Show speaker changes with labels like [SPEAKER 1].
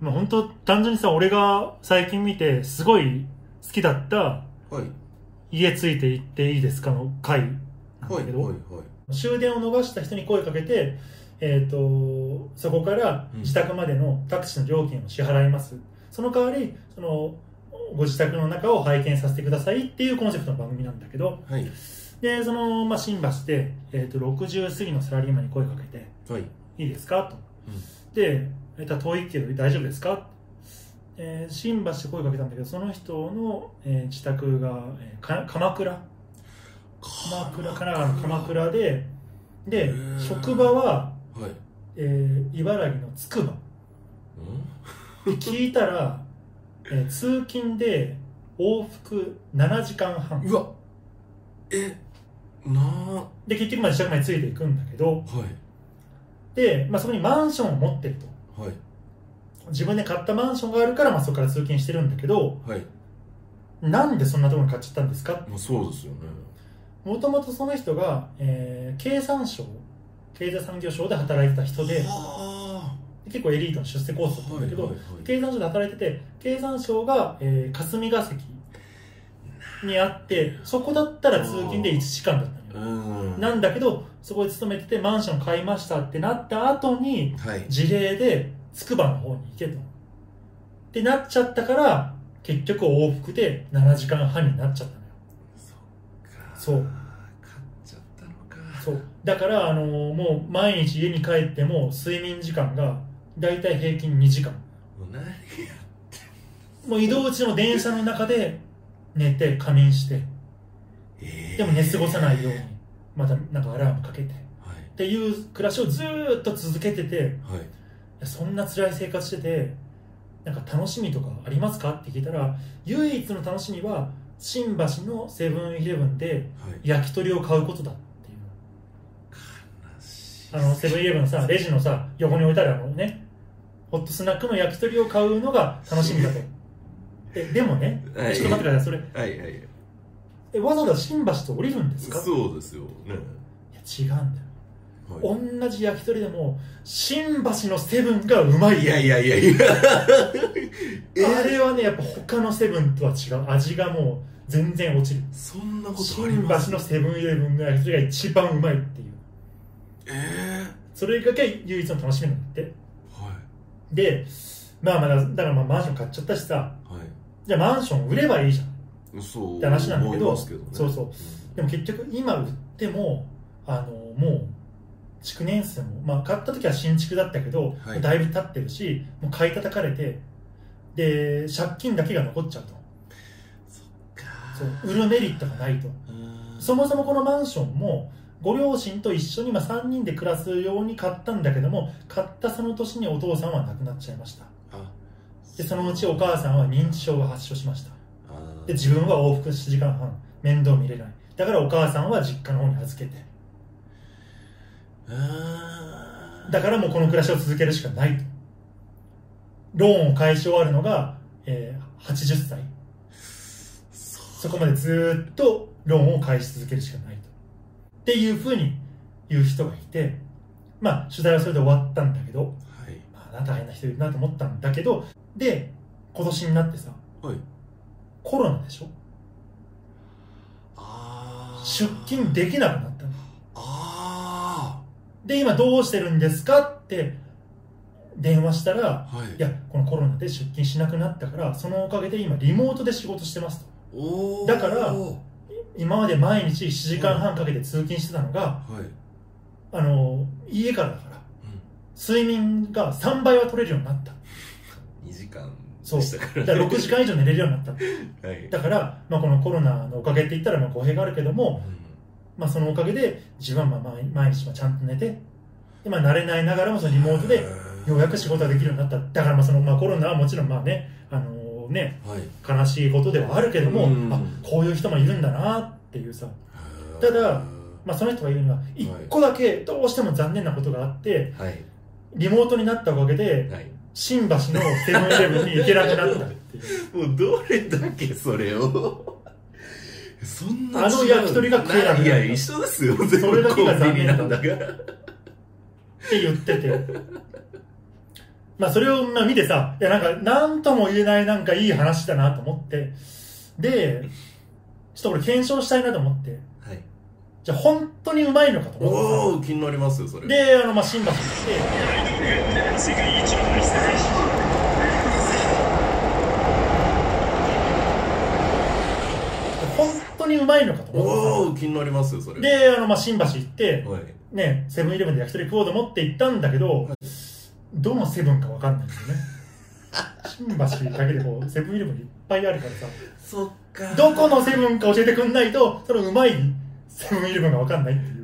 [SPEAKER 1] まあ本当単純にさ、俺が最近見て、すごい好きだった、
[SPEAKER 2] はい。
[SPEAKER 1] 家ついて行っていいですかの回なんだ
[SPEAKER 2] はい。
[SPEAKER 1] けど、
[SPEAKER 2] はい。はい。
[SPEAKER 1] 終電を逃した人に声かけて、えー、とそこから
[SPEAKER 2] うん
[SPEAKER 1] 自宅までのタクシーの料金を支払います、その代わりそのご自宅の中を拝見させてくださいっていうコンセプトの番組なんだけど
[SPEAKER 2] はい。
[SPEAKER 1] でその、まあ、新橋で、えー、と60過ぎのサラリーマンに声かけて
[SPEAKER 2] はい。
[SPEAKER 1] 「いいですか?」と
[SPEAKER 2] う
[SPEAKER 1] で、えっと遠いけど大丈夫ですか、えー新橋で声かけたんだけどその人の、えー自宅が、えーか鎌倉鎌倉神奈川の鎌倉でで
[SPEAKER 2] ー
[SPEAKER 1] 職場は、
[SPEAKER 2] ん。はい。
[SPEAKER 1] えー茨城のつくばで聞いたら、えー通勤で往復7時間
[SPEAKER 2] う
[SPEAKER 1] 半
[SPEAKER 2] んうわえなは
[SPEAKER 1] で結局まあ自宅までついていくんだけど
[SPEAKER 2] い。
[SPEAKER 1] で、まあ、そこにマンションを持ってると
[SPEAKER 2] はい。
[SPEAKER 1] 自分で買ったマンションがあるから、まあ、そこから通勤してるんだけど
[SPEAKER 2] はい。
[SPEAKER 1] なんでそんなところに買っちゃったんですか
[SPEAKER 2] まあそうですよね。
[SPEAKER 1] もともとその人が、えー経産省経済産業省で働いてた人で
[SPEAKER 2] は
[SPEAKER 1] 結構エリートの出世コースだったんだけど、経産省で働いてて経産省が、えー霞が関にあってそこだったら通勤で1時間だったのよ
[SPEAKER 2] うん。
[SPEAKER 1] なんだけどそこで勤めててマンション買いましたってなった後に
[SPEAKER 2] はい。
[SPEAKER 1] 事例で筑波の方に行けとってなっちゃったから結局往復で7時間半になっちゃったのよ
[SPEAKER 2] そっ
[SPEAKER 1] そ
[SPEAKER 2] か。
[SPEAKER 1] う
[SPEAKER 2] 買っちゃったのか。
[SPEAKER 1] そうだから、あのーもう毎日家に帰っても睡眠時間がだいたい平均2時間
[SPEAKER 2] もう何や
[SPEAKER 1] もう移動中の電車の中で寝て仮眠して
[SPEAKER 2] えー
[SPEAKER 1] でも寝過ごさないようにまたなんかアラームかけてっ
[SPEAKER 2] は
[SPEAKER 1] ていう暮らしをずーっと続けててい
[SPEAKER 2] い。はい。
[SPEAKER 1] やそんな辛い生活しててなんか楽しみとかありますかって聞いたら唯一の楽しみは新橋のセブンイレブンで
[SPEAKER 2] はい。
[SPEAKER 1] 焼き鳥を買うことだっていう
[SPEAKER 2] 悲しい
[SPEAKER 1] あのセブンイレブンのさレジのさ横に置いてあるあのねホットスナックの焼き鳥を買うのが楽しみだとえでもね
[SPEAKER 2] はい
[SPEAKER 1] ちょっと待ってくださいそれ
[SPEAKER 2] はいはい。
[SPEAKER 1] えわざわざ新橋と降りるんですか
[SPEAKER 2] そうですよね。
[SPEAKER 1] いや違うんだよ同
[SPEAKER 2] は
[SPEAKER 1] じ焼き鳥でも新橋のセブンがうまい
[SPEAKER 2] い。いやいやいやいや。え
[SPEAKER 1] あれはねやっぱ他のセブンとは違う味がもう全然落ちる
[SPEAKER 2] そんなことあり
[SPEAKER 1] 新
[SPEAKER 2] ま
[SPEAKER 1] 橋
[SPEAKER 2] す
[SPEAKER 1] のセブンイレブンの焼き鳥が一番うまいっていう
[SPEAKER 2] ええ
[SPEAKER 1] それが唯一の楽しみなんだって
[SPEAKER 2] は
[SPEAKER 1] でまあまだだからまあマンション買っちゃったしさ
[SPEAKER 2] い。はい。
[SPEAKER 1] じゃあマンション売ればいいじゃん
[SPEAKER 2] そう
[SPEAKER 1] って話なんだけど
[SPEAKER 2] 思いますけどね
[SPEAKER 1] そうそうでも結局今売ってもあのもう築年数も、まあ、買った時は新築だったけど、
[SPEAKER 2] はい
[SPEAKER 1] だいぶ経ってるしもう買い叩かれてで借金だけが残っちゃうとそう売るメリットがないとそもそもこのマンションもご両親と一緒にまあ3人で暮らすように買ったんだけども買ったその年にお父さんは亡くなっちゃいました
[SPEAKER 2] あ
[SPEAKER 1] でそのうちお母さんは認知症が発症しました
[SPEAKER 2] あ
[SPEAKER 1] で自分は往復7時間半面倒見れないだからお母さんは実家の方に預けて
[SPEAKER 2] あー
[SPEAKER 1] だからもうこの暮らしを続けるしかないと。ローンを返し終わるのが、えー80歳。
[SPEAKER 2] そ
[SPEAKER 1] そ
[SPEAKER 2] う
[SPEAKER 1] こまでずーっとローンを返し続けるしかないと。っていうふうに言う人がいて、まあ取材はそれで終わったんだけど、
[SPEAKER 2] はい
[SPEAKER 1] まあ、なんか大変な人いるなと思ったんだけど、で、今年になってさ、
[SPEAKER 2] はい
[SPEAKER 1] コロナでしょ
[SPEAKER 2] あー
[SPEAKER 1] 出勤できなくなったの。
[SPEAKER 2] あ
[SPEAKER 1] で、今どうしてるんですかって電話したら
[SPEAKER 2] あ、はい
[SPEAKER 1] いや、このコロナで出勤しなくなったから、そのおかげで今、リモートで仕事してますと。
[SPEAKER 2] おー
[SPEAKER 1] だから
[SPEAKER 2] はい
[SPEAKER 1] 今まで毎日7時間半かけて通勤してたのが、あの、家からだから、睡眠が3倍は取れるようになった。
[SPEAKER 2] 2時間
[SPEAKER 1] そう
[SPEAKER 2] でしたからね
[SPEAKER 1] だから6時間以上寝れるようになった。
[SPEAKER 2] はい
[SPEAKER 1] だから、まあ、このコロナのおかげって言ったらまあ語弊があるけども、まあ、そのおかげで自分はまあ毎毎日まあちゃんと寝て、でまあ、慣れないながらもそのリモートで、ようやく仕事ができるようになった。だからまあその、まあ、コロナはもちろんまあね、あのね、
[SPEAKER 2] はい
[SPEAKER 1] 悲しいことではあるけども、
[SPEAKER 2] うん
[SPEAKER 1] あこういう人もいるんだなっていうさ、ただまあ、その人が言うには一個だけどうしても残念なことがあって
[SPEAKER 2] はい
[SPEAKER 1] リモートになったおかげで
[SPEAKER 2] はい
[SPEAKER 1] 新橋のセブンイレブンに行けなくなったっていう
[SPEAKER 2] もうどれだけそれをそんな
[SPEAKER 1] あの焼き鳥が食えなくなった
[SPEAKER 2] いや一緒ですよ全
[SPEAKER 1] それ
[SPEAKER 2] 部
[SPEAKER 1] だけ
[SPEAKER 2] コ
[SPEAKER 1] が
[SPEAKER 2] ン
[SPEAKER 1] 残
[SPEAKER 2] ビ
[SPEAKER 1] 念
[SPEAKER 2] ニな
[SPEAKER 1] だ
[SPEAKER 2] んだから
[SPEAKER 1] って言っててまあそれをまあ見てさ、いやなんかなんとも言えないなんかいい話だなと思って、で、ちょっと俺検証したいなと思って、
[SPEAKER 2] はい。
[SPEAKER 1] じゃあ本当にうまいのかと思っ
[SPEAKER 2] おお気になりますよ、そ
[SPEAKER 1] て
[SPEAKER 2] れ。
[SPEAKER 1] さ、で、あの、まあ新橋に行って、本当にうまいのかと思っ
[SPEAKER 2] おお気になりますよ、それ。
[SPEAKER 1] てさ、で、あの、まあ新橋行って、
[SPEAKER 2] はい。
[SPEAKER 1] ね、セブンイレブンで焼き鳥食おうと思って行ったんだけど、
[SPEAKER 2] はい
[SPEAKER 1] どのセブンかわかんないんだよね。新橋だけでこう、セブンイレブンいっぱいあるからさ、
[SPEAKER 2] そっか
[SPEAKER 1] どこのセブンか教えてくんないと、そのうまいセブンイレブンがわかんないっていう。